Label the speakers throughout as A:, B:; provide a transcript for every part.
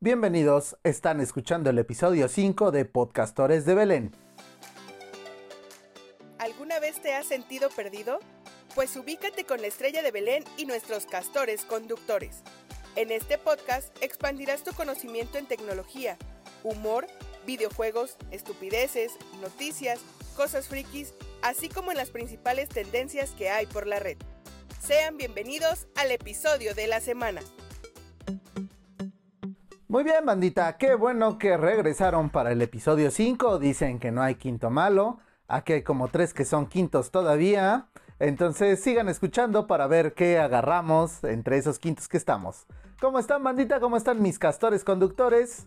A: Bienvenidos, están escuchando el episodio 5 de Podcastores de Belén.
B: ¿Alguna vez te has sentido perdido? Pues ubícate con la estrella de Belén y nuestros castores conductores. En este podcast expandirás tu conocimiento en tecnología, humor, videojuegos, estupideces, noticias, cosas frikis, así como en las principales tendencias que hay por la red. Sean bienvenidos al episodio de la semana.
A: Muy bien, bandita, qué bueno que regresaron para el episodio 5. Dicen que no hay quinto malo. Aquí hay como tres que son quintos todavía. Entonces sigan escuchando para ver qué agarramos entre esos quintos que estamos. ¿Cómo están, bandita? ¿Cómo están mis castores conductores?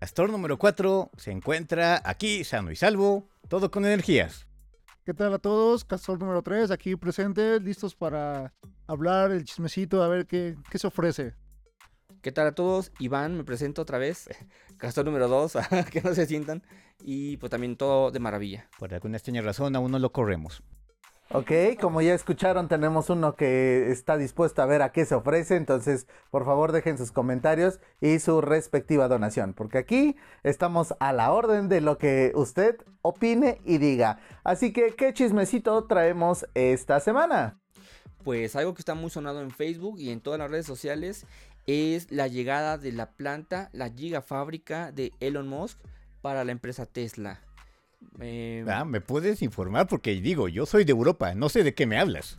C: Castor número 4 se encuentra aquí sano y salvo, todo con energías.
D: ¿Qué tal a todos? Castor número 3, aquí presente, listos para hablar el chismecito, a ver qué, qué se ofrece.
E: ¿Qué tal a todos? Iván, me presento otra vez. Castor número 2, que no se sientan. Y pues también todo de maravilla.
C: Por alguna extraña razón, aún no lo corremos.
A: Ok, como ya escucharon, tenemos uno que está dispuesto a ver a qué se ofrece, entonces por favor dejen sus comentarios y su respectiva donación, porque aquí estamos a la orden de lo que usted opine y diga. Así que, ¿qué chismecito traemos esta semana?
E: Pues algo que está muy sonado en Facebook y en todas las redes sociales es la llegada de la planta, la gigafábrica de Elon Musk para la empresa Tesla. Em,
C: Eh, ah, me puedes informar porque digo, yo soy de Europa, no sé de qué me hablas.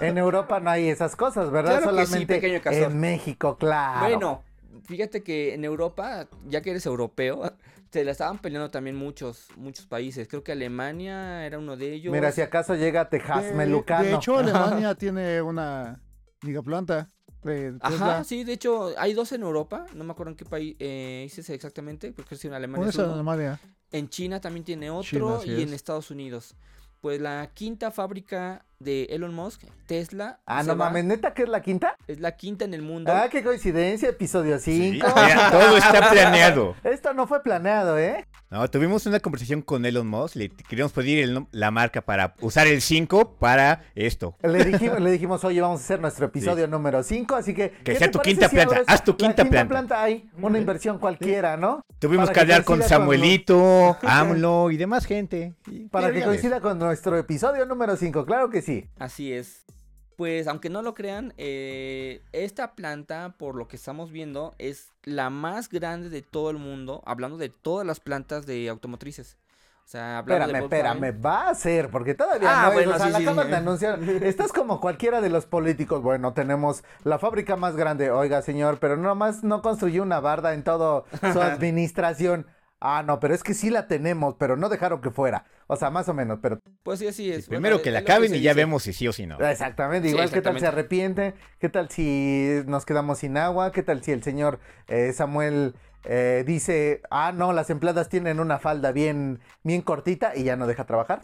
A: en Europa no hay esas cosas, ¿verdad?
E: Claro que sí,
A: Solamente
E: pequeño castor.
A: en México, claro.
E: Bueno, fíjate que en Europa, ya que eres europeo, se la estaban peleando también muchos, muchos países. Creo que Alemania era uno de ellos.
A: Mira, si acaso llega Texas,
D: De-
A: Melucano.
D: De hecho, Alemania tiene una gigaplanta. De Tesla.
E: Ajá, sí, de hecho, hay dos en Europa, no me acuerdo en qué país eh, es ese exactamente, porque es en Alemania.
D: Una
E: es
D: es en
E: uno.
D: Alemania.
E: En China también tiene otro
D: China, así
E: y en
D: es.
E: Estados Unidos. Pues la quinta fábrica de Elon Musk, Tesla,
A: Ah,
E: se
A: no
E: va-
A: mames, ¿neta que es la quinta?
E: es la quinta en el mundo.
A: Ah, qué coincidencia, episodio
C: Sí,
A: 5.
C: vean, todo está planeado.
A: Esto no fue planeado, ¿eh?
C: No, tuvimos una conversación con Elon Musk, le queríamos pedir el nom- la marca para usar el 5 para esto.
A: Le dijimos, le dijimos, oye, vamos a hacer nuestro episodio número 5, así que... ¿qué
C: sea
A: te
C: tu
A: parece
C: quinta planta,
A: abres
C: haz tu
A: la
C: quinta planta.
A: hay una inversión cualquiera, ¿no?
C: Tuvimos
A: Para
C: que hablar con
A: coincida
C: Samuelito, AMLO y demás gente. Y-
A: Para que
C: Dígales.
A: coincida con nuestro episodio número 5, claro que sí.
E: Así es. Pues aunque no lo crean, eh, esta planta, por lo que estamos viendo, es la más grande de todo el mundo, hablando de todas las plantas de automotrices. O sea, hablando
A: Espérame,
E: de Volkswagen.
A: espérame, va a ser, porque todavía
E: Ah,
A: no es,
E: bueno,
A: o sea,
E: sí,
A: la
E: sí,
A: acaban
E: sí.
A: de anunciar. Estás como cualquiera de los políticos. Bueno, tenemos la fábrica más grande, oiga, señor, pero nomás no construyó una barda en todo su administración. Ah, no, pero es que sí la tenemos, pero no dejaron que fuera. O sea, más o menos, pero
E: Pues sí, así es.
C: Sí,
E: Bueno,
C: primero
E: es-
C: que la
E: es lo
C: acaben
E: se
C: y ya
E: dice.
C: vemos si sí o si no.
A: Exactamente,
E: Sí,
A: igual qué tal
E: exactamente.
A: se arrepiente, qué tal si nos quedamos sin agua, qué tal si el señor eh, Samuel eh, dice, ah, no, las empleadas tienen una falda bien, bien cortita y ya no deja trabajar.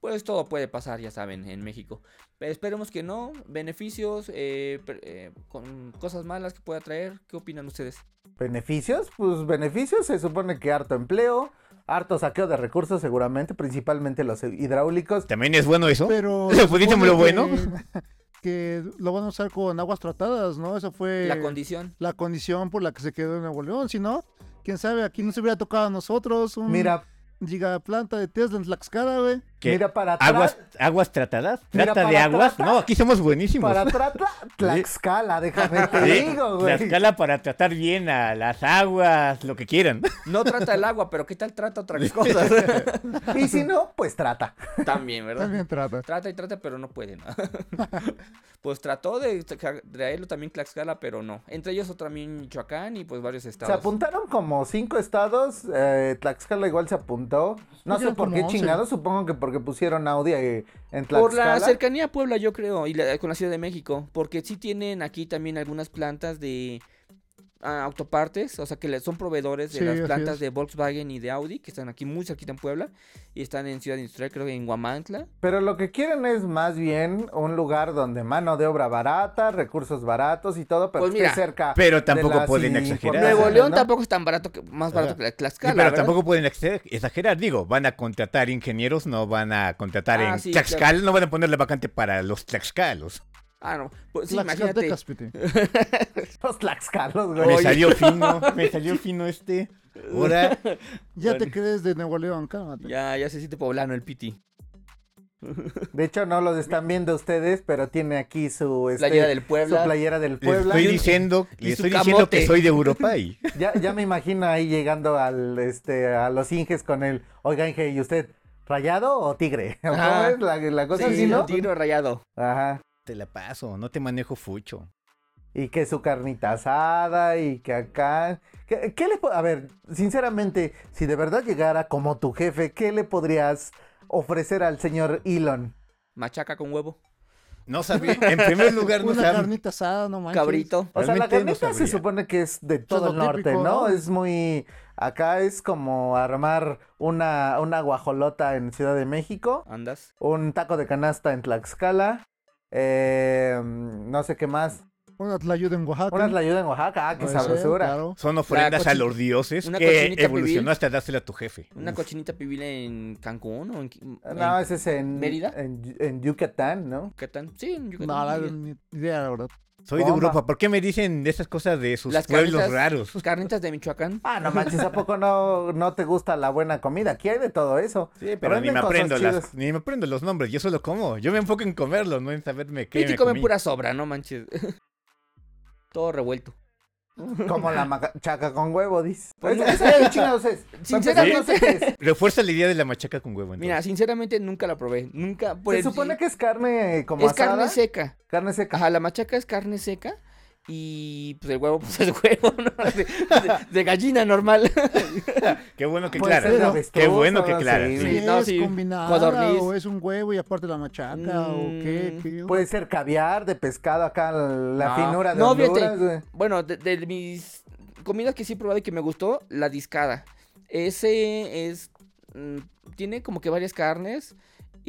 E: Pues todo puede pasar, ya saben, en México. Pero esperemos que no. Beneficios, eh, per- eh, con cosas malas que pueda traer. ¿Qué opinan ustedes?
A: ¿Beneficios? Pues beneficios, se supone que harto empleo, harto saqueo de recursos seguramente, principalmente los hidráulicos.
C: ¿También es bueno eso?
D: Pero.
C: ¿Le
D: se
C: pudiste
D: supone
C: lo bueno?
D: Que, que lo van a usar con aguas tratadas, ¿no? Esa fue
E: La condición.
D: la condición por la que se quedó en Nuevo León. Si no, quién sabe, aquí no se hubiera tocado a nosotros.
C: Mm.
D: Un
A: Mira,
D: Gigaplanta de Tesla en Tlaxcala, güey.
C: ¿Qué?
A: mira para atrás.
C: ¿Aguas, aguas tratadas?
A: Mira,
C: ¿Trata de
A: para
C: aguas?
A: tratar-
C: No, aquí somos buenísimos.
A: Para atrás, Tlaxcala, déjame te
C: Sí,
A: digo,
C: La
A: güey.
C: escala para tratar bien a las aguas, lo que quieran.
E: No trata el agua, pero ¿qué tal trata otras cosas?
A: Y si no, pues trata.
E: También, ¿verdad?
D: También trata.
E: Trata y trata, pero no puede. ¿no? pues trató de tra- traerlo también Tlaxcala, pero no. Entre ellos otro también Michoacán y pues varios
A: Se
E: estados.
A: apuntaron como cinco estados, eh, Tlaxcala igual se apuntó. No sé
D: Pusieron
A: por
D: como
A: qué
D: once.
A: chingados, supongo que porque pusieron Audi eh, en Tlaxcala.
E: Por la cercanía a Puebla, yo creo, y la- con la Ciudad de México, porque sí tienen aquí también algunas plantas de ah, autopartes, o sea que le- son proveedores de
D: Sí,
E: las
D: así
E: plantas
D: es.
E: de Volkswagen y de Audi, que están aquí muy cerquita en Puebla, y están en Ciudad Industrial, creo que en Huamantla.
A: Pero lo que quieren es más bien un lugar donde mano de obra barata, recursos baratos y todo, pero
E: Pues
A: esté
E: mira,
A: cerca.
C: pero
A: de
C: tampoco
A: las
C: pueden
A: importantes
C: exagerar. Gracias,
E: Nuevo
A: áreas,
E: León
A: ¿no?
E: tampoco es tan barato que, más barato
C: Ajá.
E: que la
C: Sí,
E: Tlaxcala.
C: pero
E: ¿verdad?
C: tampoco pueden ex- exagerar, digo, van a contratar ingenieros, no van a contratar
E: Ah,
C: en
E: sí,
C: Tlaxcala, no van a ponerle vacante para los Tlaxcalos.
E: Ah, no. Pues sí, imagínate.
D: Tlaxcaltecas, Pete.
A: Los Tlaxcalos,
C: Me
A: güey.
E: Oye.
C: salió fino, me salió fino este. Ahora,
D: Ya te
E: Bueno.
D: crees de Nuevo León, cálmate.
E: Ya, ya se siente poblano el piti.
A: De hecho, no los están viendo ustedes, pero tiene aquí su... este,
E: Playera del Puebla.
A: Su playera del
C: le
A: Puebla.
C: estoy diciendo,
E: y
C: le
E: su
C: estoy diciendo que
E: camote.
C: soy de Europa y
A: Ya, ya me imagino ahí llegando al, este, a los Inges con el... Oiga, Inge, ¿y usted rayado o tigre? ¿Cómo
E: Ajá.
A: es la, la cosa
E: Sí,
A: así, no?
E: tiro rayado.
A: Ajá.
C: te la paso, no te manejo fucho.
A: Y que su carnita asada y que acá... ¿Qué, qué le po- A ver, sinceramente, si de verdad llegara como tu jefe, ¿qué le podrías ofrecer al señor Elon?
E: Machaca con huevo.
C: No sabía, en primer lugar no
D: Una
C: sabía.
D: carnita asada, no manches.
E: Cabrito.
A: O sea, la
C: Realmente no
A: carnita se
C: sabría.
A: supone que es de
D: es
A: todo
D: lo
A: el norte,
D: típico,
A: ¿no?
D: ¿no?
A: Es muy... Acá es como armar una, una guajolota en Ciudad de México,
E: Andas.
A: un taco de canasta en Tlaxcala, eh, no sé qué más.
D: Una tlayuda en Oaxaca.
A: Una ayuda en Oaxaca, ah, qué
D: Puede ser,
A: sabrosura.
D: claro.
C: Son ofrendas
E: La
C: a
E: cochi-
C: los dioses
E: una
C: que
E: cochinita pibil.
C: evolucionó hasta dársela a tu jefe.
E: Una
C: Uf,
E: cochinita pibil en Cancún o en. en
A: No, ese es en...
E: ¿Mérida?
A: En, en Yucatán, ¿no?
E: Yucatán. Sí, en Yucatán.
D: No, la-
E: muy bien.
D: ni idea, la verdad.
C: Soy de
A: bomba.
C: Europa, ¿por qué me dicen de esas cosas de sus
E: Las pues,
C: pueblos
E: carnitas-
C: raros?
E: Sus carnitas de Michoacán.
A: Ah, no manches, ¿a poco no, no te gusta la buena comida? Aquí hay de todo eso.
C: Sí, pero ni
A: Venden
C: me,
A: cosas
C: aprendo
A: chidas.
C: las, ni me aprendo los nombres, yo solo como. Yo me enfoco en comerlo, no en saberme qué
E: Piti
C: me
E: comen
C: comí.
E: pura sobra, no manches. Todo revuelto.
A: Como la machaca con huevo, dice.
E: Pues-
A: Ese- ese de chingados es. Para empezar,
E: Sinceramente-
A: no sé qué es.
C: Refuerza la idea de la machaca con huevo.
E: Mira,
C: entonces.
E: sinceramente nunca la probé. Nunca. por
A: Se
E: el-
A: supone que es carne eh, como
E: pues, es
A: asada.
E: carne seca.
A: carne seca.
E: Ajá, la machaca es carne seca y pues el huevo pues es huevo, ¿no? De, de- de gallina normal.
C: qué bueno que
A: Puede
C: clara.
A: ser
C: Qué
A: avestruz,
C: bueno que
A: algo
C: clara.
A: así.
E: pues, Sí,
D: ¿Qué
E: no,
D: es
E: sí.
D: combinada
E: Codorniz.
D: o es un huevo y aparte la machaca o qué?
E: Mm,
D: qué?
A: Puede ser caviar de pescado acá, la
E: No.
A: finura de
E: No, fíjate.
A: Honduras, güey.
E: Bueno, de, de mis comidas que sí he probado y que me gustó, la discada. Ese es... mm, tiene como que varias carnes.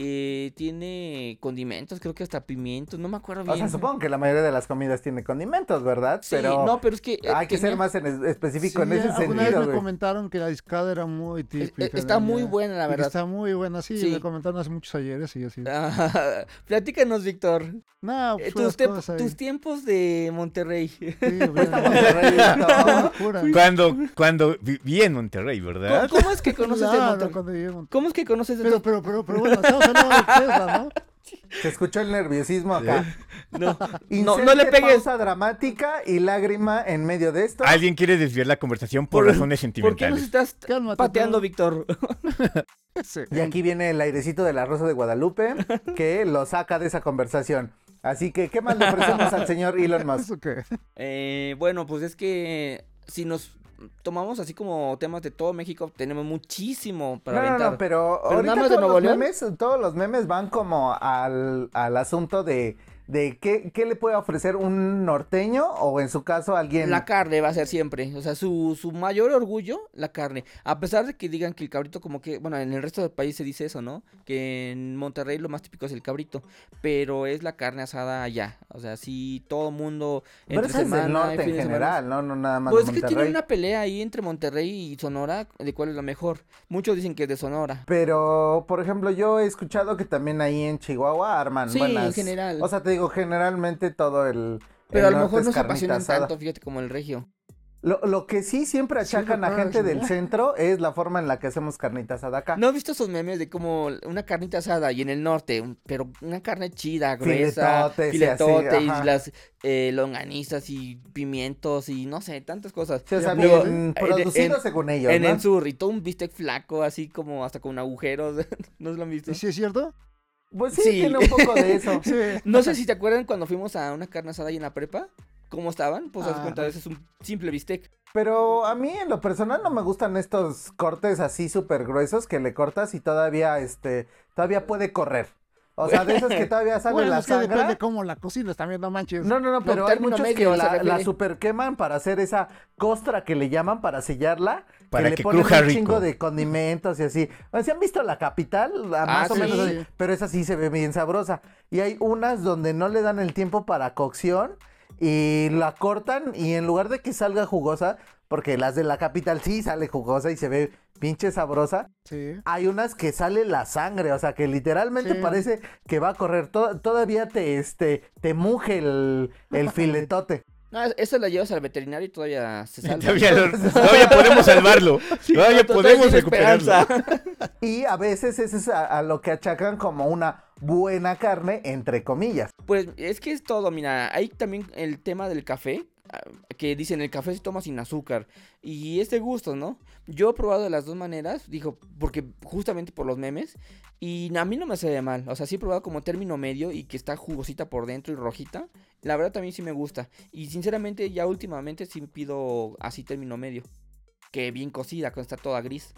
E: eh, tiene condimentos, creo que hasta pimientos, no me acuerdo bien.
A: O sea, supongo que la mayoría de las comidas tiene condimentos, ¿verdad?
E: Sí,
A: pero
E: no, pero es que... eh,
A: hay que ser
E: tenía-
A: más en es- específico en
D: Sí,
A: ese
D: alguna vez
A: sentido,
D: me
A: güey.
D: comentaron que la discada era muy
E: es-
D: típica.
E: E, está
D: de
E: muy
D: allá.
E: buena, la
D: Y que
E: verdad.
D: Está muy buena, sí,
E: Sí.
D: me comentaron hace muchos ayeres y así.
E: Ah, platícanos, Víctor.
D: No,
E: eh,
D: pues
E: tus,
D: unas
E: tiemp-
D: cosas ahí.
E: tus tiempos de Monterrey.
D: Sí,
A: Cuesta
D: bueno,
A: Monterrey,
D: una
A: ¿no?
D: locura.
C: Cuando, cuando viví en Monterrey,
E: ¿Cómo,
C: ¿verdad?
E: cómo es que conoces de
D: Claro,
E: Monterrey?
D: cuando llegué a Monterrey.
E: ¿Cómo es que conoces de
D: Pero, pero, pero, pero bueno, estamos hablando de Tesla, ¿no?
A: Se escuchó el nerviosismo acá.
E: No, no,
A: Inserte
E: no le pegues.
A: pausa dramática y lágrima en medio de esto.
C: Alguien quiere desviar la conversación por,
E: Por-
C: razones
E: ¿Por qué nos
C: sentimentales.
E: estás
D: Cálmate,
E: pateando,
D: pero-
E: Víctor?
D: Sí.
A: Y aquí viene el airecito de la Rosa de Guadalupe que lo saca de esa conversación. Así que, ¿qué más le ofrecemos al señor Elon Musk?
D: ¿Eso qué?
E: Eh, bueno, pues es que si nos tomamos así como temas de todo México, tenemos muchísimo para
A: no,
E: aventar.
A: no, no, pero,
E: Pero
A: ahorita
E: nada más de
A: todos,
E: Nuevo
A: los
E: León.
A: memes, todos los memes van como al, al asunto de, de qué, qué le puede ofrecer un norteño o en su caso alguien...
E: La carne va a ser siempre. O sea, su, su mayor orgullo, la carne. A pesar de que digan que el cabrito, como que, bueno, en el resto del país se dice eso, ¿no? Que en Monterrey lo más típico es el cabrito. Pero es la carne asada allá. O sea, sí, todo mundo.
A: pero
E: entre
A: ese es del
E: semana,
A: norte en
E: fin de semana,
A: general, ¿no? No nada más
E: Pues
A: de
E: es que tiene
A: Monterrey.
E: una pelea ahí entre Monterrey y Sonora de cuál es la mejor. Muchos dicen que es de Sonora.
A: Pero, por ejemplo, yo he escuchado que también ahí en Chihuahua arman
E: Sí, en
A: buenas...
E: general.
A: O sea, te digo, generalmente todo el...
E: Pero a
A: el
E: lo
A: norte
E: mejor
A: es
E: no se
A: carnita
E: apasionan
A: asada.
E: tanto, fíjate, como el regio.
A: Lo, lo que sí siempre
D: Sí,
A: achacan a
D: recuerdo
A: gente
D: eso,
A: del
D: ¿no?
A: centro es la forma en la que hacemos carnitas asada acá.
E: ¿No has visto esos memes de como una carnita asada y en el norte, un- pero una carne chida, gruesa,
A: Filetotes y
E: filetote
A: así,
E: y
A: ajá.
E: las eh, longanizas y pimientos y no sé, tantas cosas?
A: Sí, o sea,
E: Luego,
A: bien
E: en-
A: producido
E: en-
A: según ellos,
E: en
A: ¿no?
E: el sur y todo un bistec flaco, así como hasta con agujeros, ¿no lo han visto?
D: ¿Y si es cierto?
A: Pues sí,
E: Sí.
A: tiene un poco de eso.
D: Sí.
E: No sé si te acuerdan cuando fuimos a una carne asada ahí en la prepa, ¿cómo estaban? Pues haz
D: Ah.
E: cuenta, ese es un simple bistec.
A: Pero a mí en lo personal no me gustan estos cortes así súper gruesos que le cortas y todavía, este, todavía puede correr. O sea, de esos que todavía sale
D: Bueno,
A: la
D: es que depende
A: sangre.
D: cómo la cocinas también, no manches.
A: No, no, no, pero hay
E: término
A: muchos
E: medio
A: que
E: se
A: la, la
E: refiere.
A: super queman para hacer esa costra que le llaman para sellarla.
C: Para
A: le
C: que
A: ponen
C: cruja
A: un chingo
C: rico.
A: de condimentos y así. O sea, ¿han visto la capital? Ah,
E: Ah,
A: más o
E: sí.
A: menos. así, Pero esa sí se ve bien sabrosa. Y hay unas donde no le dan el tiempo para cocción. y la cortan y en lugar de que salga jugosa, porque las de la capital sí sale jugosa y se ve pinche sabrosa,
D: Sí.
A: hay unas que sale la sangre, o sea, que literalmente
D: Sí.
A: parece que va a correr. To- todavía te, este, te muge el, el filetote.
E: No, es- Ah, esa la llevas al veterinario y todavía se salva.
C: Todavía, lo- todavía podemos salvarlo. todavía
E: Todavía
C: podemos
E: tiene
C: recuperarlo.
E: esperanza.
A: Y a veces eso es a, a lo que achacan como una buena carne, entre comillas.
E: Pues es que es todo, mira, hay también el tema del café, ah, que dicen el café se toma sin azúcar, y es de gustos, ¿no? Yo he probado de las dos maneras, dijo, porque justamente por los memes, y a mí no me sabe mal, o sea, sí he probado como término medio y que está jugosita por dentro y rojita, la verdad también sí me gusta, y sinceramente ya últimamente sí pido así término medio, que bien cocida, cuando está toda gris.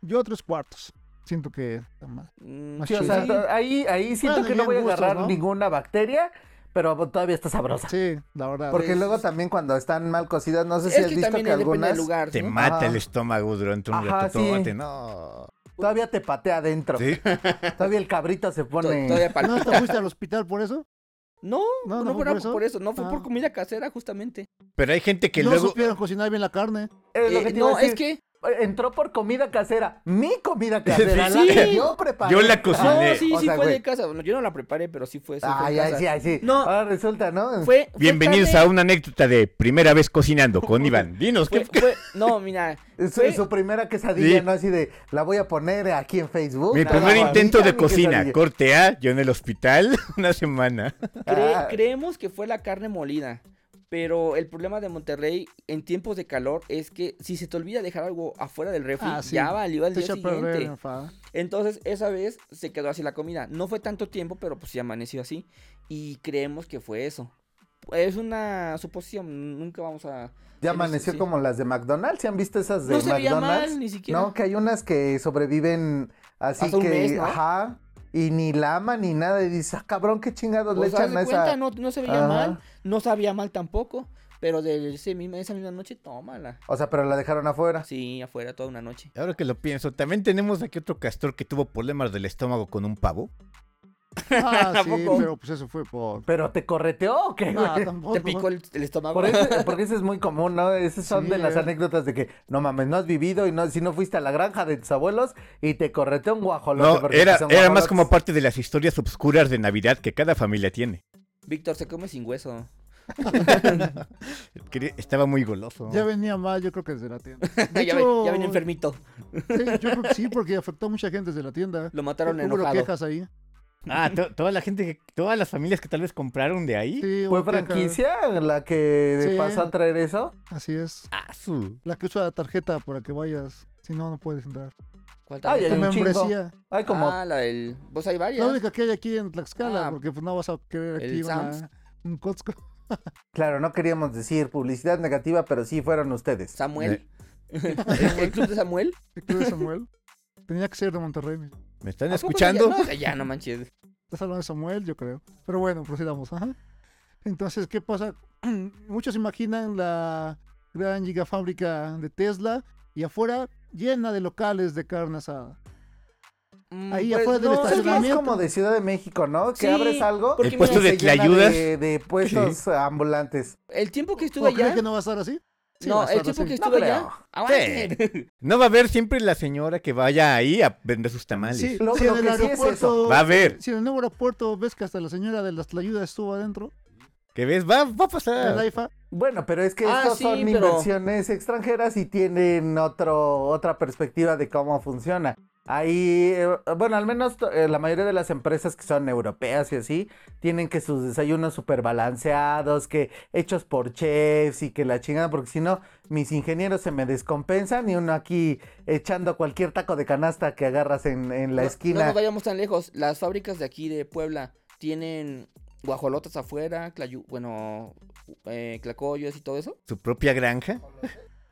D: Yo tres cuartos. Siento que está mal.
E: Mm,
D: Más
A: Ah, Sí, o sea,
D: Sí.
A: to- ahí, ahí siento
D: Bueno,
A: que no
D: ya
A: voy a
D: gustos,
A: agarrar
D: ¿no?
A: ninguna bacteria, pero todavía está sabrosa.
D: Sí, la verdad.
A: Porque
E: pues-
A: luego también cuando están mal cocidas, no sé si
E: es
A: has
E: que
A: visto
E: también
A: que
E: depende
A: algunas
E: del lugar.
C: Te
E: ¿no?
C: mata
A: Ajá.
C: el estómago durante un
A: Ajá,
C: ratito.
A: sí.
C: mate, No.
A: todavía te patea adentro.
C: Sí.
A: Todavía el cabrito se
E: To-
A: pone.
E: Todavía
D: ¿No
E: palpita.
D: te fuiste al hospital por eso?
E: No, no,
D: No, no fue
E: por,
D: por
E: eso?
D: eso.
E: por eso, no fue por
D: Ah.
E: comida casera justamente.
C: Pero hay gente que
D: no
C: luego.
D: supieron cocinar bien la carne.
A: Es lo
E: Eh,
A: que te iba a
E: no, es
A: decir.
E: que
A: Entró por comida casera. Mi comida casera.
E: Sí.
A: la que yo preparé.
C: Yo la cociné.
E: no,
C: Cine.
E: sí,
A: pues, O
E: sí
A: sea,
E: fue
A: güey.
E: de casa. Bueno, yo no la preparé, pero sí fue, sí fue
A: Ay,
E: de
A: ay,
E: casa.
A: sí, ay, sí.
E: No.
A: Ahora resulta, ¿no?
E: Fue- fue
C: Bienvenidos
E: carne-
C: a una anécdota de primera vez cocinando con Iván. Dinos, ¿qué,
E: fue- fue- no, mira,
A: Es
E: fue-
A: su primera quesadilla,
C: Sí.
A: ¿no? Así de, la voy a poner aquí en Facebook.
C: Mi
A: la
C: primer
A: barrita,
C: intento de
A: mi
C: cocina,
A: quesadilla.
C: corte A, yo en el hospital, una semana.
E: cre-
A: Ah.
E: creemos que fue la carne molida. Pero el problema de Monterrey en tiempos de calor es que si se te olvida dejar algo afuera del refri,
D: Ah, sí.
E: ya valió al
D: Te
E: día
D: echa a perder,
E: siguiente.
D: enfada.
E: Entonces, esa vez se quedó así la comida. No fue tanto tiempo, pero pues sí amaneció así. Y creemos que fue eso. Es una suposición, nunca vamos a...
A: Ya amaneció
E: Sí.
A: como las de McDonald's. ¿Se han visto esas de
E: No se veía
A: McDonald's?
E: mal, ni siquiera.
A: No, que hay unas que sobreviven así
E: Hasta un
A: que.
E: mes, ¿no?
A: Ajá. Y ni lama ni nada. Y dices, ah, cabrón, qué chingados le
E: O sea, Pues, haz
A: echan
E: de
A: a
E: cuenta,
A: esa.
E: no, no se veía
A: Ajá.
E: mal, no sabía mal tampoco, pero de ese misma, esa misma noche, tómala.
A: O sea, pero la dejaron afuera.
E: Sí, afuera toda una noche.
C: Ahora que lo pienso, también tenemos aquí otro castor que tuvo problemas del estómago con un pavo.
D: Ah,
E: ¿A
D: sí,
E: poco?
D: pero pues eso fue por.
A: ¿Pero te correteó o qué,
D: Ah,
A: güey?
D: tampoco.
E: Te picó el, el estómago.
A: Por eso- porque eso es muy común, ¿no? Esas son
D: Sí,
A: de las
D: eh.
A: anécdotas de que, no mames, no has vivido y no, si no fuiste a la granja de tus abuelos y te correteó un guajolote.
C: No,
A: porque
C: era,
A: son
C: era más como
A: guajolotes.
C: parte de las historias obscuras de Navidad que cada familia tiene.
E: Víctor se come sin hueso.
C: Quería- Estaba muy goloso.
D: Ya venía mal, yo creo que desde la tienda.
E: ya,
D: De
E: ve-
D: hecho,
E: ya venía enfermito.
D: sí, yo creo que sí, porque afectó a mucha gente desde la tienda.
E: Lo mataron
D: Hubo
E: enojado.
D: quejas ahí.
C: Ah, to- toda la gente, que- todas las familias que tal vez compraron de ahí.
E: Pues
D: Sí,
A: ¿Fue
D: hubo quejas.
A: franquicia la que
D: Sí.
A: pasó a traer eso?
D: Así es.
C: Ah, su.
D: La que usa la tarjeta para que vayas. Si no, no puedes entrar.
E: ¿Cuál
A: Ay,
E: tarjeta?
A: ay,
D: La
A: un
D: membresía.
A: Ay, como
E: Ah, la del... Pues hay
D: La
E: varias.
D: única que hay aquí en Tlaxcala,
E: Ah,
D: porque pues no vas a querer
E: el
D: aquí
E: Sam's.
D: una, un Costco.
A: Claro, no queríamos decir publicidad negativa, pero sí fueron ustedes.
E: Samuel. ¿El, el club de Samuel?
D: ¿Te crees, Samuel? Tenía que ser de Monterrey. mi-
C: ¿Me están
E: ¿A poco
C: escuchando?
E: Ya no, ya, no manches.
D: Estás hablando de Samuel, yo creo. Pero bueno, procedamos. Ajá. Entonces, ¿qué pasa? Muchos imaginan la gran gigafábrica de Tesla y afuera llena de locales de carne asada.
E: Mm,
D: Ahí afuera del
A: Eso es más
D: estacionamiento.
A: como de Ciudad de México, ¿no? Que
E: Sí,
A: abres algo
E: porque
A: y
C: El puesto
A: se
C: de
A: llena
C: tlayudas.
A: de, de puestos ambulantes.
E: El tiempo que estuve
D: ¿O crees
E: allá...
D: que no va a estar así? Sí va
E: no,
D: a
E: el
D: estar
E: tiempo
D: así.
E: que
A: No
E: estuve
A: creo.
E: allá... ¡Aguanten!
C: No va a haber siempre la señora que vaya ahí a vender sus tamales.
D: Sí,
A: Lo-
D: si
A: lo
D: en el
A: que sí es eso.
D: aeropuerto,
C: Va a haber.
D: si en el nuevo aeropuerto ves que hasta la señora de las tlayudas estuvo adentro,
C: ¿Qué ves? Va, va a
A: Ah,
D: en la
C: pasar.
D: IFA,
A: Bueno, pero es que
E: Ah,
A: estas
E: sí,
A: son
E: pero-
A: inversiones extranjeras y tienen otro, otra perspectiva de cómo funciona. Ahí, eh, bueno, al menos to- eh, la mayoría de las empresas que son europeas y así, tienen que sus desayunos súper balanceados, que hechos por chefs y que la chingada, porque si no, mis ingenieros se me descompensan y uno aquí echando cualquier taco de canasta que agarras en, en la
E: No- No
A: esquina.
E: nos vayamos tan lejos. Las fábricas de aquí de Puebla tienen guajolotas afuera, clayu- bueno, eh, clacoyos y todo eso.
C: Su propia granja.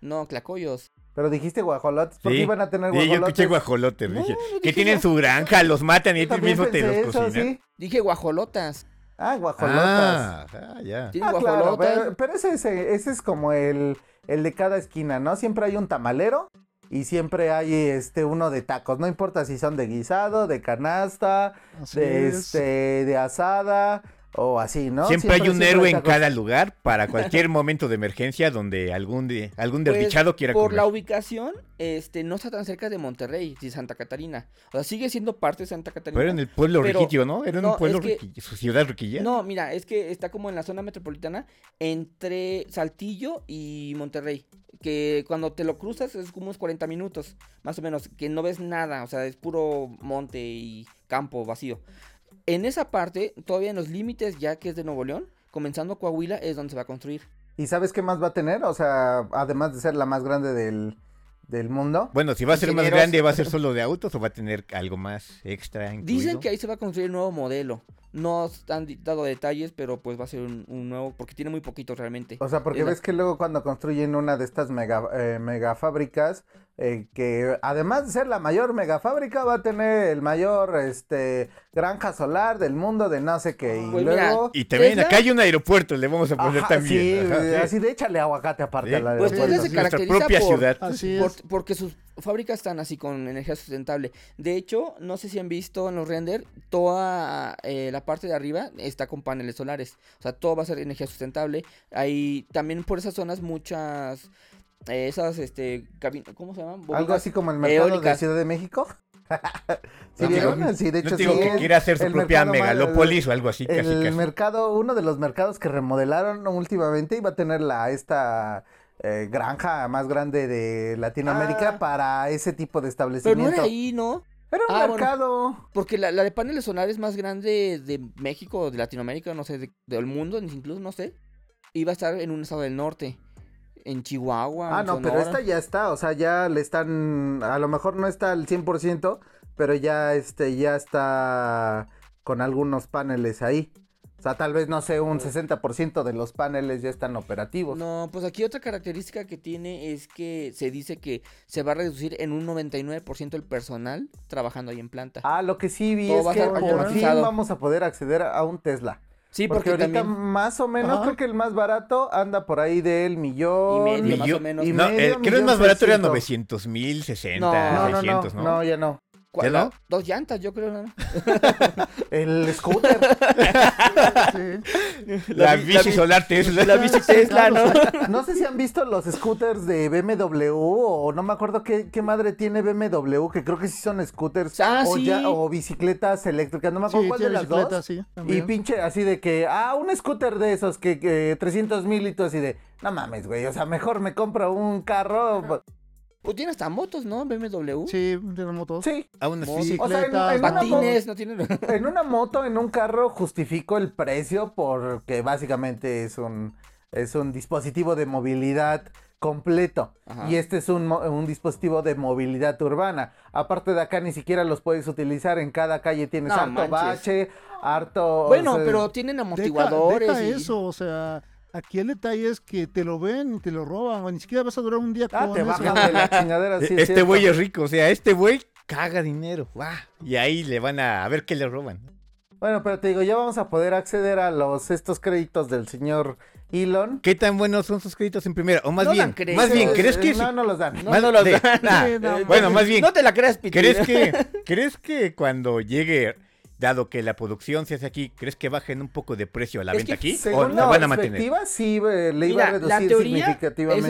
E: No, clacoyos.
A: Pero dijiste guajolotes, ¿por qué
C: Sí.
A: iban a tener
C: Sí, yo
A: guajolotes?
C: escuché guajolote,
E: Ah, No,
C: dije.
E: no
C: que
E: dije
C: tienen
E: yo.
C: su granja, los matan y
A: Yo
C: ellos
A: también
C: mismos te los
A: pensé eso,
C: cocinan.
A: sí.
E: Dije guajolotas.
A: Ah, guajolotas.
C: Ah, ah, ya.
E: Tienen
A: Ah, claro,
E: guajolotas.
A: pero, pero ese, es- ese es como el, el de cada esquina, ¿no? Siempre hay un tamalero y siempre hay este uno de tacos, no importa si son de guisado, de canasta,
D: así
A: de,
D: es.
A: este, de asada, o así, ¿no?
C: siempre, hay un
A: siempre
C: héroe
A: esa
C: en
A: cosa.
C: cada lugar para cualquier momento de emergencia donde algún, de- algún
E: Pues,
C: desdichado quiera
E: por
C: comer.
E: la ubicación, este, no está tan cerca de Monterrey, de Santa Catarina. O sea, sigue siendo parte de Santa Catarina.
C: Pero era en el pueblo
E: Pero-
C: riquillo, ¿no? Era en
E: no,
C: un pueblo
E: es que-
C: riquillo, su ciudad riquilla.
E: No, mira, es que está como en la zona metropolitana entre Saltillo y Monterrey. Que cuando te lo cruzas es como unos 40 minutos, más o menos, que no ves nada, o sea, es puro monte y campo vacío. En esa parte, todavía en los límites, ya que es de Nuevo León, comenzando Coahuila, es donde se va a construir.
A: ¿Y sabes qué más va a tener? O sea, además de ser la más grande del, del mundo.
C: Bueno, si va a ser más
A: Ingenieros.
C: grande, ¿va a ser solo de autos o va a tener algo más extra
E: Dicen
C: incluido?
E: que ahí se va a construir un nuevo modelo. No han di- dado detalles, pero pues va a ser un, un nuevo, porque tiene muy poquito realmente.
A: O sea, porque
E: Es la-
A: ves que luego cuando construyen una de estas mega, eh, megafábricas, eh, que además de ser la mayor megafábrica, va a tener el mayor este, granja solar del mundo de no sé qué. Y
E: Pues mira,
A: luego...
C: Y también
E: Tesla-
C: acá hay un aeropuerto, le vamos a poner
A: Ajá, sí,
C: también. ajá.
A: eh, así de échale aguacate aparte
C: Sí.
A: a la de
E: Pues
A: los
E: Tesla se
A: puertos.
E: caracteriza
C: Nuestra propia
E: por-
C: ciudad.
A: Ah,
D: Así
E: Por-
D: es.
E: porque sus fábricas están así con energía sustentable. De hecho, no sé si han visto en los render, toda eh, la parte de arriba está con paneles solares. O sea, todo va a ser energía sustentable. Hay también por esas zonas muchas... eh, esas, este, cabin- ¿cómo se llaman?
A: Algo
E: Bobinas.
A: así como el mercado de
E: eólicas.
A: Ciudad de México. ¿Sí
C: No,
A: vieron?
C: digo-
A: Sí, de hecho
C: no digo
A: sí
C: que
A: es
C: quiera hacer su
A: el
C: propia
A: mercado más-
C: megalopolis o algo así, casi,
A: el
C: casi.
A: mercado, uno de los mercados que remodelaron últimamente iba a tener la esta eh, granja más grande de Latinoamérica
E: Ah.
A: para ese tipo de
E: Pero no
A: establecimiento.
E: era ahí, ¿no?
A: Era un
E: Ah, bueno.
A: mercado.
E: Porque la, la de paneles solares más grande de México, de Latinoamérica, no sé, de- del mundo, incluso no sé. Iba a estar en un estado del norte, en Chihuahua.
A: Ah,
E: en
A: no, pero
E: Sonora.
A: esta ya está, o sea, ya le están, a lo mejor no está al 100%, pero ya este ya está con algunos paneles ahí. O sea, tal vez no sé, un 60% de los paneles ya están operativos.
E: No, pues aquí otra característica que tiene es que se dice que se va a reducir en un 99% el personal trabajando ahí en planta.
A: Ah, lo que sí vi
E: Todo va
A: es
E: a
A: que
E: ser
A: por fin
E: automatizado.
A: vamos a poder acceder a un Tesla.
E: sí,
A: porque,
E: porque,
A: ahorita
E: también
A: más o menos
D: Ajá.
A: creo que el más barato anda por ahí del
E: y
A: millón.
E: medio más
C: Millón-
E: o menos.
A: y
C: No,
A: medio,
C: el- creo que el más
A: millón
C: barato era
A: seiscientos.
C: 900 mil, 60,
E: No,
A: No, no, no,
C: 600,
A: no,
C: ¿no?
A: ya no.
E: Cua-
C: ¿Ya no?
E: Dos llantas, yo creo. ¿no?
A: El scooter.
D: Sí.
C: La,
E: La bi-
C: bici
E: la bi-
C: solar Tesla.
E: La bici Tesla, ¿no?
A: No sé si han visto los scooters de BMW o no me acuerdo qué, qué madre tiene BMW, que creo que sí son scooters
E: Ah,
A: o,
E: sí.
A: o bicicletas eléctricas, no me acuerdo
D: Sí,
A: cuál de
D: tiene
A: las
D: bicicleta,
A: dos.
D: sí.
A: Y
D: también.
A: pinche así de que, ah, un scooter de esos que, que 300 mil y tú así de, no mames, güey, o sea, mejor me compro un carro.
E: Pues tiene hasta motos, ¿no? BMW.
D: Sí, tiene motos.
A: Sí,
C: Aún así,
A: o sea, en, en una, mo-
E: Patines, no tiene.
A: en una moto, en un carro, justifico el precio porque básicamente es un, es un dispositivo de movilidad completo.
E: Ajá.
A: Y este es un, mo- un dispositivo de movilidad urbana. Aparte de acá, ni siquiera los puedes utilizar. En cada calle tienes
E: No
A: harto
E: manches.
A: bache, harto. o
E: Bueno,
A: sea,
E: pero tienen
D: Deja,
E: amortiguadores.
D: deja
E: y-
D: eso, o sea, aquí el detalle es que te lo ven y te lo roban, o ni siquiera vas a durar un día
A: Ah,
D: con
A: te
D: eso.
A: bajan de la chingadera. sí, es
C: este
A: cierto.
C: güey es rico, o sea, este güey caga dinero, guau. Y ahí le van a, a ver qué le roban.
A: Bueno, pero te digo, ya vamos a poder acceder a los estos créditos del señor Elon.
C: ¿Qué tan buenos son sus créditos en primera? O más
E: No dan
C: bien,
E: créditos.
C: más bien,
A: Eh,
C: ¿crees que
A: No, no los dan.
C: más
E: no los
C: de-
E: dan.
C: nah,
D: Sí, no,
C: bueno,
D: mames.
C: más bien,
E: No te la creas, Piti.
C: ¿crees que crees que cuando llegue dado que la producción se hace aquí, ¿crees que bajen un poco de precio a la
E: Es
C: venta
E: que
C: aquí o
A: Según
C: la
A: la
C: van a mantener?
A: perspectiva, sí eh, le iba
E: Mira,
A: a
E: la
A: reducir
E: teoría es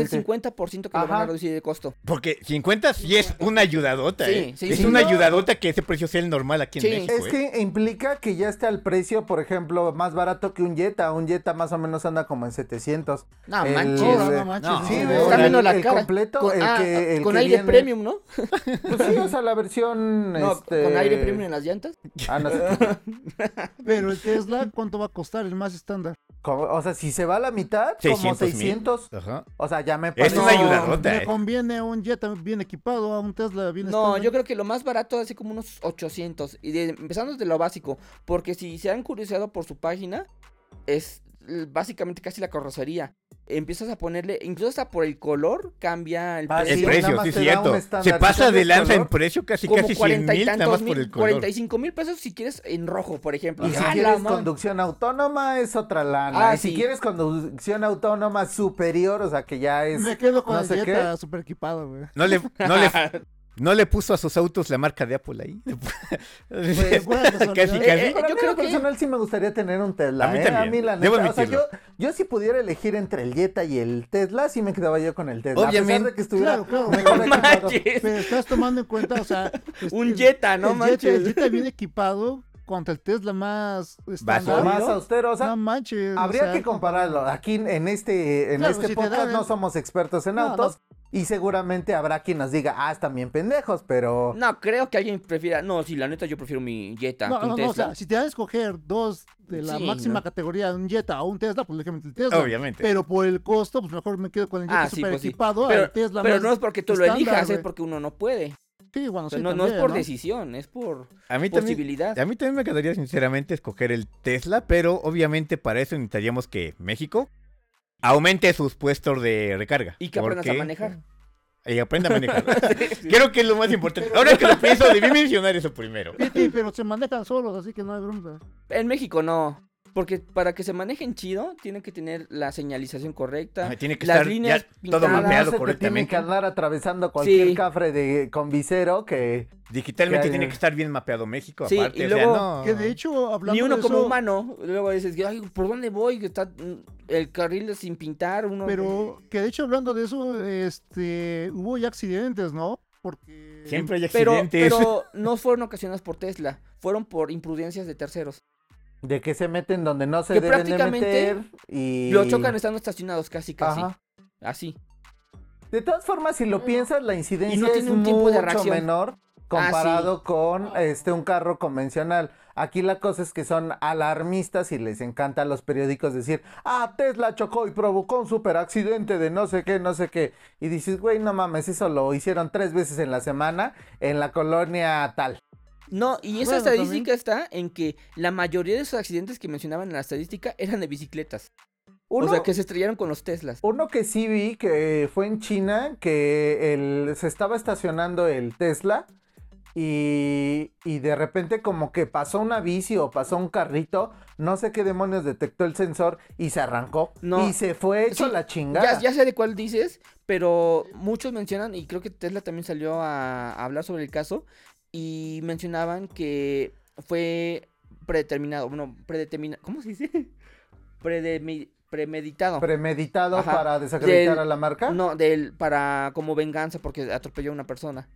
A: significativamente.
E: el 50% que lo van
A: Ajá.
E: a reducir de costo.
C: Porque 50 sí es una ayudadota,
E: Sí,
C: ¿eh?
E: sí,
C: es
E: sí.
C: una
E: No.
C: ayudadota que ese precio sea el normal aquí en
E: Sí.
C: México.
A: Es
C: ¿eh?
A: que implica que ya está al precio, por ejemplo, más barato que un Jetta. Un Jetta más o menos anda como en 700.
E: No
A: El-
E: manches.
D: Ahora,
A: Sí,
D: no manches,
C: no.
D: sí,
A: Sí,
D: no.
A: güey.
E: Está
A: el-
E: viendo la
A: el
E: cara.
A: completo,
E: con,
A: el
E: ah,
A: que- el
E: con
A: que
E: aire
A: viene-
E: premium, ¿no?
A: Pues sí, o sea, la versión.
E: No,
A: este...
E: con aire premium en las llantas.
A: Ah, no sé.
D: Pero el Tesla, ¿cuánto va a costar? El más estándar.
A: Como- O sea, si se va a la mitad, como
C: 600,000.
A: 600.
C: Ajá.
A: O sea, ya me
C: Es
A: parece-
C: una ayudadota,
D: Me
C: ¿eh?
D: conviene un Jetta bien equipado a un Tesla bien
E: No,
D: estándar.
E: yo creo que lo más barato hace como unos 800. Y de- empezando desde lo básico. Porque si se han curioseado por su página, es l- básicamente casi la carrocería. Empiezas a ponerle, incluso hasta por el color, cambia el
A: Ah,
E: precio.
C: El
A: sí, nada
C: precio,
A: más
C: sí, es
A: te da un
C: cierto.
A: estándar.
C: Se
A: Si
C: pasa
A: cambias
C: de lanza en
A: color,
C: precio casi
E: como
C: casi 100
E: cuarenta y
C: mil, nada más
E: tantos
C: por
E: mil,
C: el color.
E: 45 mil pesos si quieres en rojo, por ejemplo.
A: Y si
E: ¡Ah, la
A: quieres
E: madre!
A: conducción autónoma, es otra lana.
E: Ah,
A: y si
E: sí.
A: quieres conducción autónoma superior, o sea, que ya es.
D: Me quedo con
A: no
D: el
A: sé qué.
D: Jetta super equipado, güey.
C: No le, no le, No le puso a sus autos la marca de Apple ahí.
D: Pues, buena
C: casi,
D: casualidad.
C: casi.
E: Eh, eh,
A: Para
E: yo
A: mí,
E: creo
A: en lo
E: que-
A: personal sí me gustaría tener un Tesla.
C: A mí
A: ¿eh?
C: también,
A: mí, la
C: debo
A: neta, o sea, yo,
C: admitirlo.
A: yo si pudiera elegir entre el Jetta y el Tesla, sí me quedaba yo con el Tesla. A pesar
C: Obviamente.
A: de que estuviera
D: Claro, claro.
A: mejor
D: No
A: equipado.
E: manches.
D: Pero estás tomando en cuenta, o sea. este,
E: Un Jetta,
D: el
E: no
D: Jetta, el
E: manches.
D: Jetta bien equipado contra el Tesla más
A: O
D: estándar.
A: más austero, o sea,
D: no manches. o
A: habría
D: sea,
A: que compararlo. Aquí en este, en
D: Claro,
A: este
D: si te
A: podcast
D: dan-
A: no somos expertos en
D: No,
A: autos y seguramente habrá quien nos diga, ah, están bien pendejos, pero...
E: No, creo que alguien prefiera. No, sí, la neta, yo prefiero mi Jetta
D: No,
E: que un
D: no, no, o
E: Tesla.
D: sea, si te dan a escoger dos de la
E: Sí,
D: máxima
E: no.
D: categoría, un Jetta o un Tesla, pues lógicamente el Tesla.
C: Obviamente.
D: Pero por el costo, pues mejor me quedo con el Jetta
E: ah, sí,
D: super
E: pues sí.
D: equipado
E: pero
D: al Tesla
E: pero
D: más
E: no es porque tú lo
D: estándar,
E: elijas, es
D: güey.
E: porque uno no puede.
D: Sí, bueno,
E: O sea,
D: sí,
E: no, no es
D: también,
E: por
D: ¿no?
E: decisión, es por
C: A mí también.
E: posibilidad.
C: A mí también me quedaría sinceramente escoger el Tesla, pero obviamente para eso necesitaríamos que México aumente sus puestos de recarga.
E: Y que aprendas a
C: porque-
E: manejar.
C: Y aprenda a manejar. Creo que es lo más importante. Ahora que lo pienso, debí mencionar eso primero.
D: Sí, sí, pero se manejan solos, así que no hay bronca.
E: En México no. Porque para que se manejen chido, tienen que tener la señalización correcta.
C: Ah, tiene que
E: las
C: estar
E: líneas
C: ya todo mapeado.
E: pintadas.
A: No se te tiene
C: correctamente.
A: que andar atravesando cualquier
E: Sí.
A: cafre de, con visero que...
C: Digitalmente
A: Ya,
C: tiene
A: ya.
C: que estar bien mapeado México,
E: Sí,
C: aparte.
E: y
C: o sea,
E: luego-
C: no.
D: Que de hecho, hablando
E: Ni uno
D: de
E: como
D: eso,
E: humano. Luego dices, Ay, ¿por dónde voy? Que Está mm, el carril sin pintar. Uno...
D: pero que de hecho hablando de eso, este, hubo ya accidentes, ¿no? Porque
C: Siempre hay
E: Pero,
C: accidentes.
E: pero no fueron ocasionadas por Tesla, fueron por imprudencias de terceros.
A: De que se meten donde no se
E: Que
A: deben de
E: prácticamente
A: meter y...
E: Lo chocan estando estacionados casi, casi.
A: Ajá.
E: Así.
A: De todas formas, si lo piensas, la incidencia
E: tiene
A: es
E: un tiempo de
A: mucho
E: reacción. Ah,
A: menor comparado con este un carro convencional. Aquí la cosa es que son alarmistas y les encanta a los periódicos decir, ah, Tesla chocó y provocó un super accidente de no sé qué, no sé qué. Y dices, güey, no mames, eso lo hicieron tres veces en la semana en la colonia tal.
E: No, y
A: Ah,
E: esa
D: Bueno, también.
E: estadística está en que la mayoría de esos accidentes que mencionaban en la estadística eran de bicicletas.
A: Uno,
E: O sea, que se estrellaron con los Teslas.
A: Uno que sí vi que fue en China, que el- se estaba estacionando el Tesla y, y de repente como que pasó una bici o pasó un carrito, no sé qué demonios detectó el sensor y se arrancó
E: No.
A: y se fue hecho
E: Sí,
A: la chingada.
E: Ya, ya sé de cuál dices, pero muchos mencionan, y creo que Tesla también salió a, a hablar sobre el caso, y mencionaban que fue predeterminado, bueno, predeterminado, ¿cómo se dice? Predemi- premeditado.
A: Premeditado
E: Ajá.
A: para desacreditar
E: Del-
A: a la marca.
E: No, del, para como venganza porque atropelló a una persona.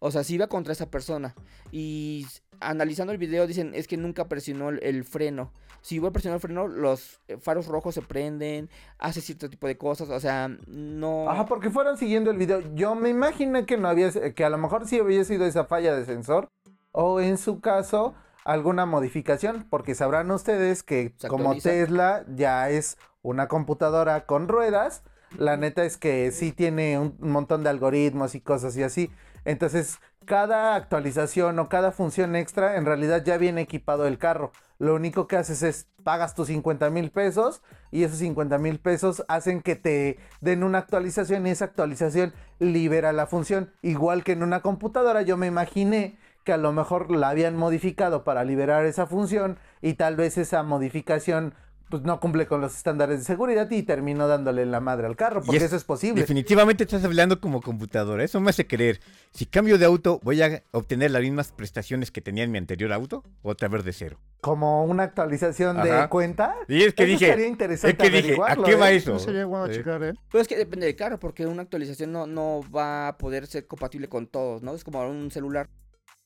E: O sea, sí iba contra esa persona. Y s- analizando el video dicen, es que nunca presionó el, el freno. Si iba a presionar el freno, los eh, faros rojos se prenden, hace cierto tipo de cosas. O sea, no...
A: Ajá, porque fueron siguiendo el video. Yo me imagino que no había, que a lo mejor sí había sido esa falla de sensor. O en su caso, alguna modificación. Porque sabrán ustedes que
E: Se
A: como
E: actualiza.
A: Tesla ya es una computadora con ruedas. La neta es que sí tiene un montón de algoritmos y cosas y así. Entonces, cada actualización o cada función extra, en realidad ya viene equipado el carro. Lo único que haces es pagas tus 50 mil pesos y esos 50 mil pesos hacen que te den una actualización y esa actualización libera la función. Igual que en una computadora, yo me imaginé que a lo mejor la habían modificado para liberar esa función y tal vez esa modificación pues no cumple con los estándares de seguridad y terminó dándole la madre al carro, porque
C: es-
A: eso es posible.
C: Definitivamente estás hablando como computadora. Eso me hace creer. Si cambio de auto, voy a obtener las mismas prestaciones que tenía en mi anterior auto, otra vez de cero.
A: Como una actualización de
C: Ajá.
A: cuenta.
C: Y es que
A: Eso estaría
C: dije,
A: interesante
C: es que dije, ¿a
A: averiguarlo,
C: qué va
A: ¿eh?
C: eso?
D: no sería bueno
C: Eh,
D: checar, ¿eh?
E: Pero es que depende del carro, porque una actualización no, no va a poder ser compatible con todos, ¿no? Es como un celular.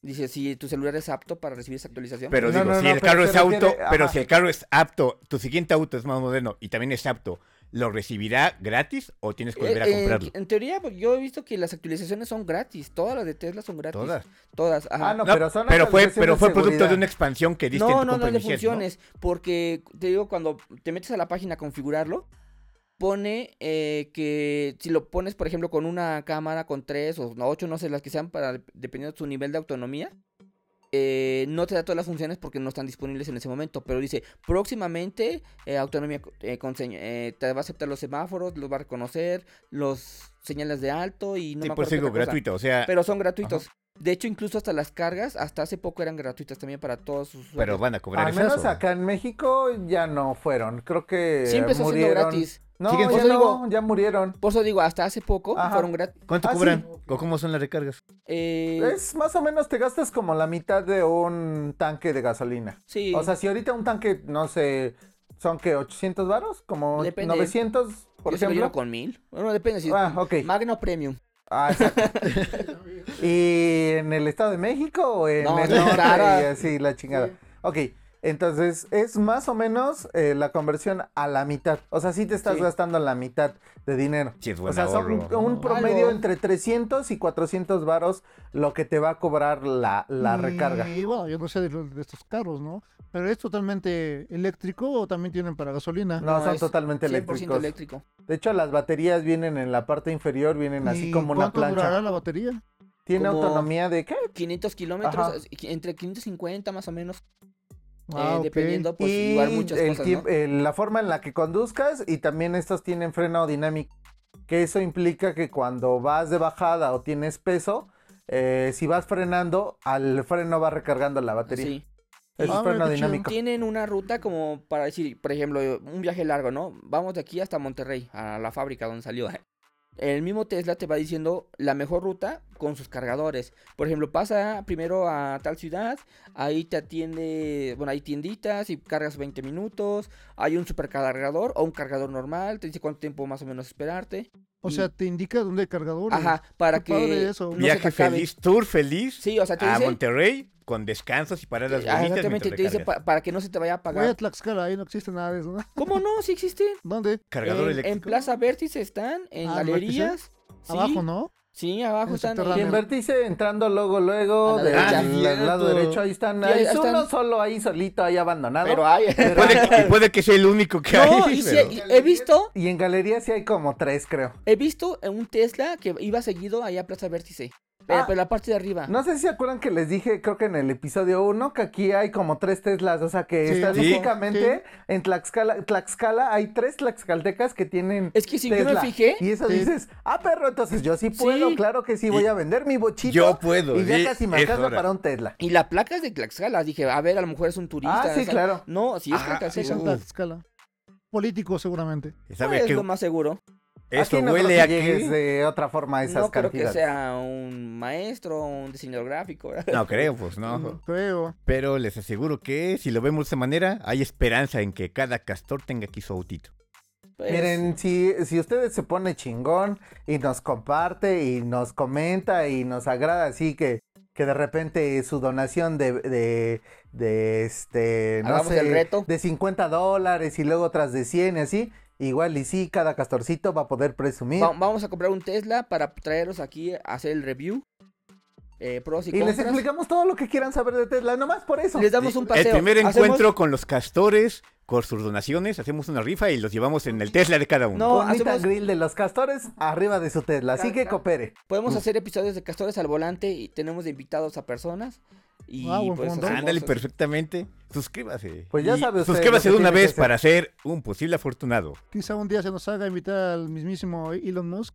E: Dice, si tu celular es apto para recibir esa actualización.
A: No,
C: Pero digo,
A: no,
C: si
A: no,
C: el
A: pero
C: carro
A: se
C: es auto,
A: refiere-
C: pero
A: ajá.
C: si el carro es apto, tu siguiente auto es más moderno y también es apto, ¿lo recibirá gratis o tienes que volver a
E: Eh, eh,
C: comprarlo?
E: en teoría, pues, yo he visto que las actualizaciones son gratis. Todas las de Tesla son gratis.
C: Todas.
E: Todas. ajá.
A: Ah, no,
C: No,
A: pero son
C: pero fue,
A: actualizaciones
C: pero fue
A: de
C: producto de
A: seguridad.
C: una expansión que diste
E: No,
C: en tu
E: no, no,
C: compra
E: es de
C: inicial,
E: funciones. Porque te digo, cuando te metes a la página a configurarlo, pone eh, que si lo pones, por ejemplo, con una cámara, con tres o no, ocho, no sé, las que sean, para dependiendo de tu nivel de autonomía, eh, no te da todas las funciones porque no están disponibles en ese momento. Pero dice, próximamente, eh, autonomía co- eh, con señ- eh, te va a aceptar los semáforos, los va a reconocer, los señales de alto y no
C: Sí, pues
E: me
C: por
E: acuerdo
C: eso
E: qué
C: digo
E: otra cosa.
C: gratuito, o
A: Ah,
C: sea, pero,
E: Pero son gratuitos. De hecho, incluso hasta las cargas, hasta hace poco eran gratuitas también para todos sus usuarios.
C: van a cobrar
A: Al
C: el
A: menos
C: esfuerzo.
A: acá en México ya no fueron. Creo que
E: Sí empezó siendo
A: murieron
E: gratis.
A: No,
C: Siguen-
A: ya,
C: Pues
E: digo-
A: no, ya murieron.
E: Por eso digo, hasta hace poco
A: Ajá.
E: fueron gratis.
C: ¿Cuánto
A: Ah, sí.
C: cobran? ¿O cómo son las recargas?
E: Eh,
A: Es más o menos te gastas como la mitad de un tanque de gasolina.
E: Sí.
A: O sea, si ahorita un tanque, no sé, son que 800 varos, como
E: Depende.
A: 900, por
E: yo se lo
A: ejemplo.
E: lleno con mil. Bueno, depende si
A: Ah, ok.
E: Magno Premium.
A: Ah, exacto. ¿Y en el Estado de México o en
E: No,
A: el
E: está
A: norte?
E: cara.
A: Y así, la chingada. Ok, entonces es más o menos eh, la conversión a la mitad. O sea, sí te estás
E: Sí.
A: gastando la mitad de dinero.
C: Sí, es
A: o
C: buen
A: sea, son un,
C: ahorro.
A: un promedio
E: Algo.
A: entre 300 y 400 varos lo que te va a cobrar la, la recarga.
D: Mm, Y bueno, yo no sé de, los- de estos carros, ¿no? Pero es totalmente eléctrico o también tienen para gasolina.
A: No, son
E: es
A: totalmente
E: 100%
A: eléctricos.
E: eléctrico.
A: De hecho, las baterías vienen en la parte inferior, vienen así
D: ¿Y
A: como una
D: ¿Cuánto durará
A: plancha.
D: la batería?
E: Eh,
A: ¿Tiene
E: Como-
A: autonomía de qué?
E: 500 kilómetros,
A: Ajá.
E: es- entre 550 más o menos,
D: Ah,
E: eh,
D: ok.
E: dependiendo, pues
A: y
E: igual muchas
A: el
E: cosas,
A: tiemp-
E: ¿no?
A: eh, la forma en la que conduzcas y también estos tienen freno dinámico, que eso implica que cuando vas de bajada o tienes peso, eh, si vas frenando, al freno va recargando la batería.
E: Sí.
A: Eso
D: Ah,
A: es
D: mira,
A: freno
D: qué chido.
A: dinámico.
E: Tienen una ruta como para decir, por ejemplo, un viaje largo, ¿no? Vamos de aquí hasta Monterrey, a la fábrica donde salió. El mismo Tesla te va diciendo la mejor ruta con sus cargadores. Por ejemplo, pasa primero a tal ciudad, ahí te atiende, bueno, hay tienditas y cargas 20 minutos, hay un supercargador o un cargador normal, te dice cuánto tiempo más o menos esperarte.
D: O sea, te indica dónde hay cargador.
E: Ajá, para
D: qué
E: que
D: padre eso.
E: no se te
C: Viaje
E: acabe.
C: feliz, tour feliz.
E: Sí, o sea, te
C: a
E: dice-
C: Ah, Monterrey con descansos y paradas
E: Ah,
C: bonitas.
E: Exactamente,
C: mientras
E: te dice
C: recargas.
E: pa- para que no se te vaya a
D: Voy a
E: apagar.
D: Tlaxcala, ahí no existe nada de eso, ¿no?
E: ¿Cómo no? Sí existen.
D: ¿Dónde?
C: Cargador
E: eh, en,
C: eléctrico.
E: en Plaza Vértice están, en
D: Ah,
E: galerías. Sí,
D: Abajo, ¿no?
E: Sí, abajo
D: En
A: Y
E: están.
A: en
D: subterráneo.
E: ahí.
A: Vértice, entrando luego,
E: A
A: luego,
E: la
A: del
E: derecha.
A: al-
C: Ah,
A: al lado
C: cierto.
A: derecho, ahí están.
E: Y
A: ahí
E: ahí
A: es
E: están.
A: uno solo ahí solito, ahí abandonado.
E: Pero ah, hay.
C: Puede que- y puede que sea el único que hay.
E: no, y sí,
C: pero-
E: y he visto,
A: Y en galería sí hay como tres, creo.
E: he visto en un Tesla que iba seguido allá a Plaza Vértice. Pero,
A: Ah.
E: pero la parte de arriba.
A: No sé si se acuerdan que les dije, creo que en el episodio 1, que aquí hay como tres Teslas, o sea que
D: Sí.
A: estadísticamente en Tlaxcala, Tlaxcala hay tres tlaxcaltecas que tienen
E: Es que si yo me
A: Tesla.
E: fijé-
A: Y eso
D: Sí.
A: dices, ah, perro, entonces yo sí puedo,
E: Sí.
A: claro que sí, voy a vender mi bochito.
C: Yo puedo,
A: Y ya
C: sí,
A: casi me
C: es
A: alcanza
C: hora.
A: para un Tesla.
E: Y la placa es de Tlaxcala. Dije, a ver, a lo mejor es un turista.
A: Ah, sí,
E: ¿sabes?
A: claro.
E: No, sí es
C: Ah,
D: Sí, uh,
E: Tlaxcala.
D: es en
C: Uf.
D: Tlaxcala. Político, seguramente.
C: ¿Sabe
E: es
C: qué?
E: lo más seguro.
C: Eso
A: pues, Aquí no
C: huele
A: creo
C: a
A: que llegues
C: qué.
A: de otra forma a esas
E: No creo que
A: cantidades.
E: sea un maestro, un diseñador gráfico. ¿verdad?
C: No creo, pues no.
D: Creo.
C: Pero les aseguro que si lo vemos de esa manera, hay esperanza en que cada castor tenga aquí su autito.
E: Pues,
A: Miren, si, si ustedes se pone chingón y nos comparte y nos comenta y nos agrada así que, que de repente su donación de, de, de este, no
E: Hagamos
A: sé,
E: el reto.
A: de 50 dólares y luego otras de 100 y así, igual y sí, cada castorcito va a poder presumir.
E: va- vamos a comprar un Tesla para traeros aquí a hacer el review. Eh, pros y,
A: y les
E: contras.
A: explicamos todo lo que quieran saber de Tesla, nomás por eso.
E: Les damos un paseo.
C: El primer
E: Hacemos-
C: encuentro con los castores, con sus donaciones, hacemos una rifa y los llevamos en el Tesla de cada uno.
E: No,
A: Un meet and
E: hacemos-
A: grill de los castores arriba de su Tesla, así que
E: Ca- ca-
A: coopere.
E: Podemos hacer episodios de Castores al Volante y tenemos de invitados a personas. Y
D: Ah, buen
E: pues
D: punto.
E: hacemos-
C: Ándale perfectamente. Suscríbase.
A: Pues ya
C: Y
A: sabe usted
C: Suscríbase
A: lo
C: de
A: que
C: una
A: tiene que
C: vez para ser un posible afortunado.
D: Quizá un día se nos haga invitar al mismísimo Elon Musk.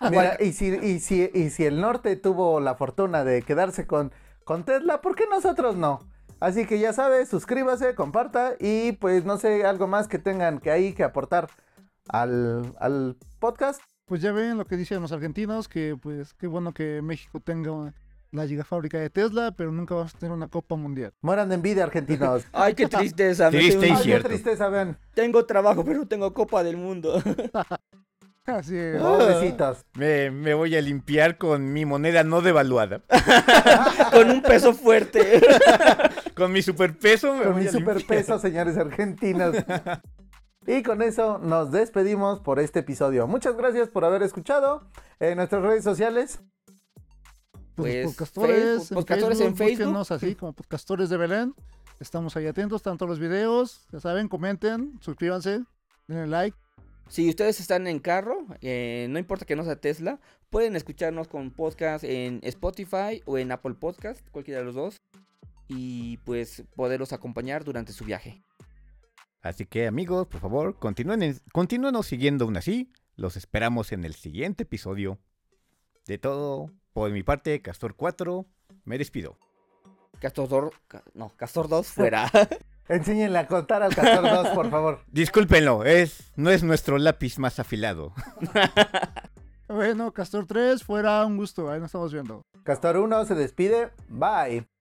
E: Ah,
C: Ah,
A: Mira, y si, y, si, y si el norte tuvo la fortuna de quedarse con, con Tesla, ¿por qué nosotros no? Así que ya sabes, suscríbase, comparta y pues no sé, algo más que tengan que ahí que aportar al, al podcast.
D: Pues ya ven lo que dicen los argentinos, que pues qué bueno que México tenga la gigafábrica de Tesla, pero nunca vamos a tener una Copa Mundial.
A: Mueran de envidia, argentinos.
E: Ay, qué tristeza. me
C: Triste
E: tengo-
A: Ay, qué
C: cierto.
A: tristeza, vean.
E: Tengo trabajo, pero no tengo Copa del Mundo.
D: Así es.
E: Ah,
C: Ah.
A: Pobrecitos.
C: Me, me voy a limpiar con mi moneda no devaluada.
E: Con un peso fuerte.
C: Con mi superpeso me
A: Con
C: voy
A: mi
C: a limpiar.
A: superpeso, señores argentinos. Y con eso nos despedimos por este episodio. Muchas gracias por haber escuchado en nuestras redes sociales.
D: Pues,
E: Pues,
D: los podcastores,
E: Facebook, podcastores en Facebook.
D: búsquennos así como podcastores de Belén. Estamos ahí atentos, están todos los videos. Ya saben, comenten, suscríbanse, denle like.
E: si ustedes están en carro, eh, no importa que no sea Tesla, pueden escucharnos con podcast en Spotify o en Apple Podcast, cualquiera de los dos. Y pues poderlos acompañar durante su viaje.
C: Así que amigos, por favor, continúen, en- continúenos siguiendo aún así. Los esperamos en el siguiente episodio. De todo, por mi parte, Castor 4, me despido.
E: Castor, Dor- ca- no, Castor 2 fuera.
A: Enséñenle a contar al Castor 2, por favor.
C: Discúlpenlo, es, no es nuestro lápiz más afilado.
D: Bueno, Castor 3, fuera un gusto. Ahí nos estamos viendo.
A: Castor 1 se despide. Bye.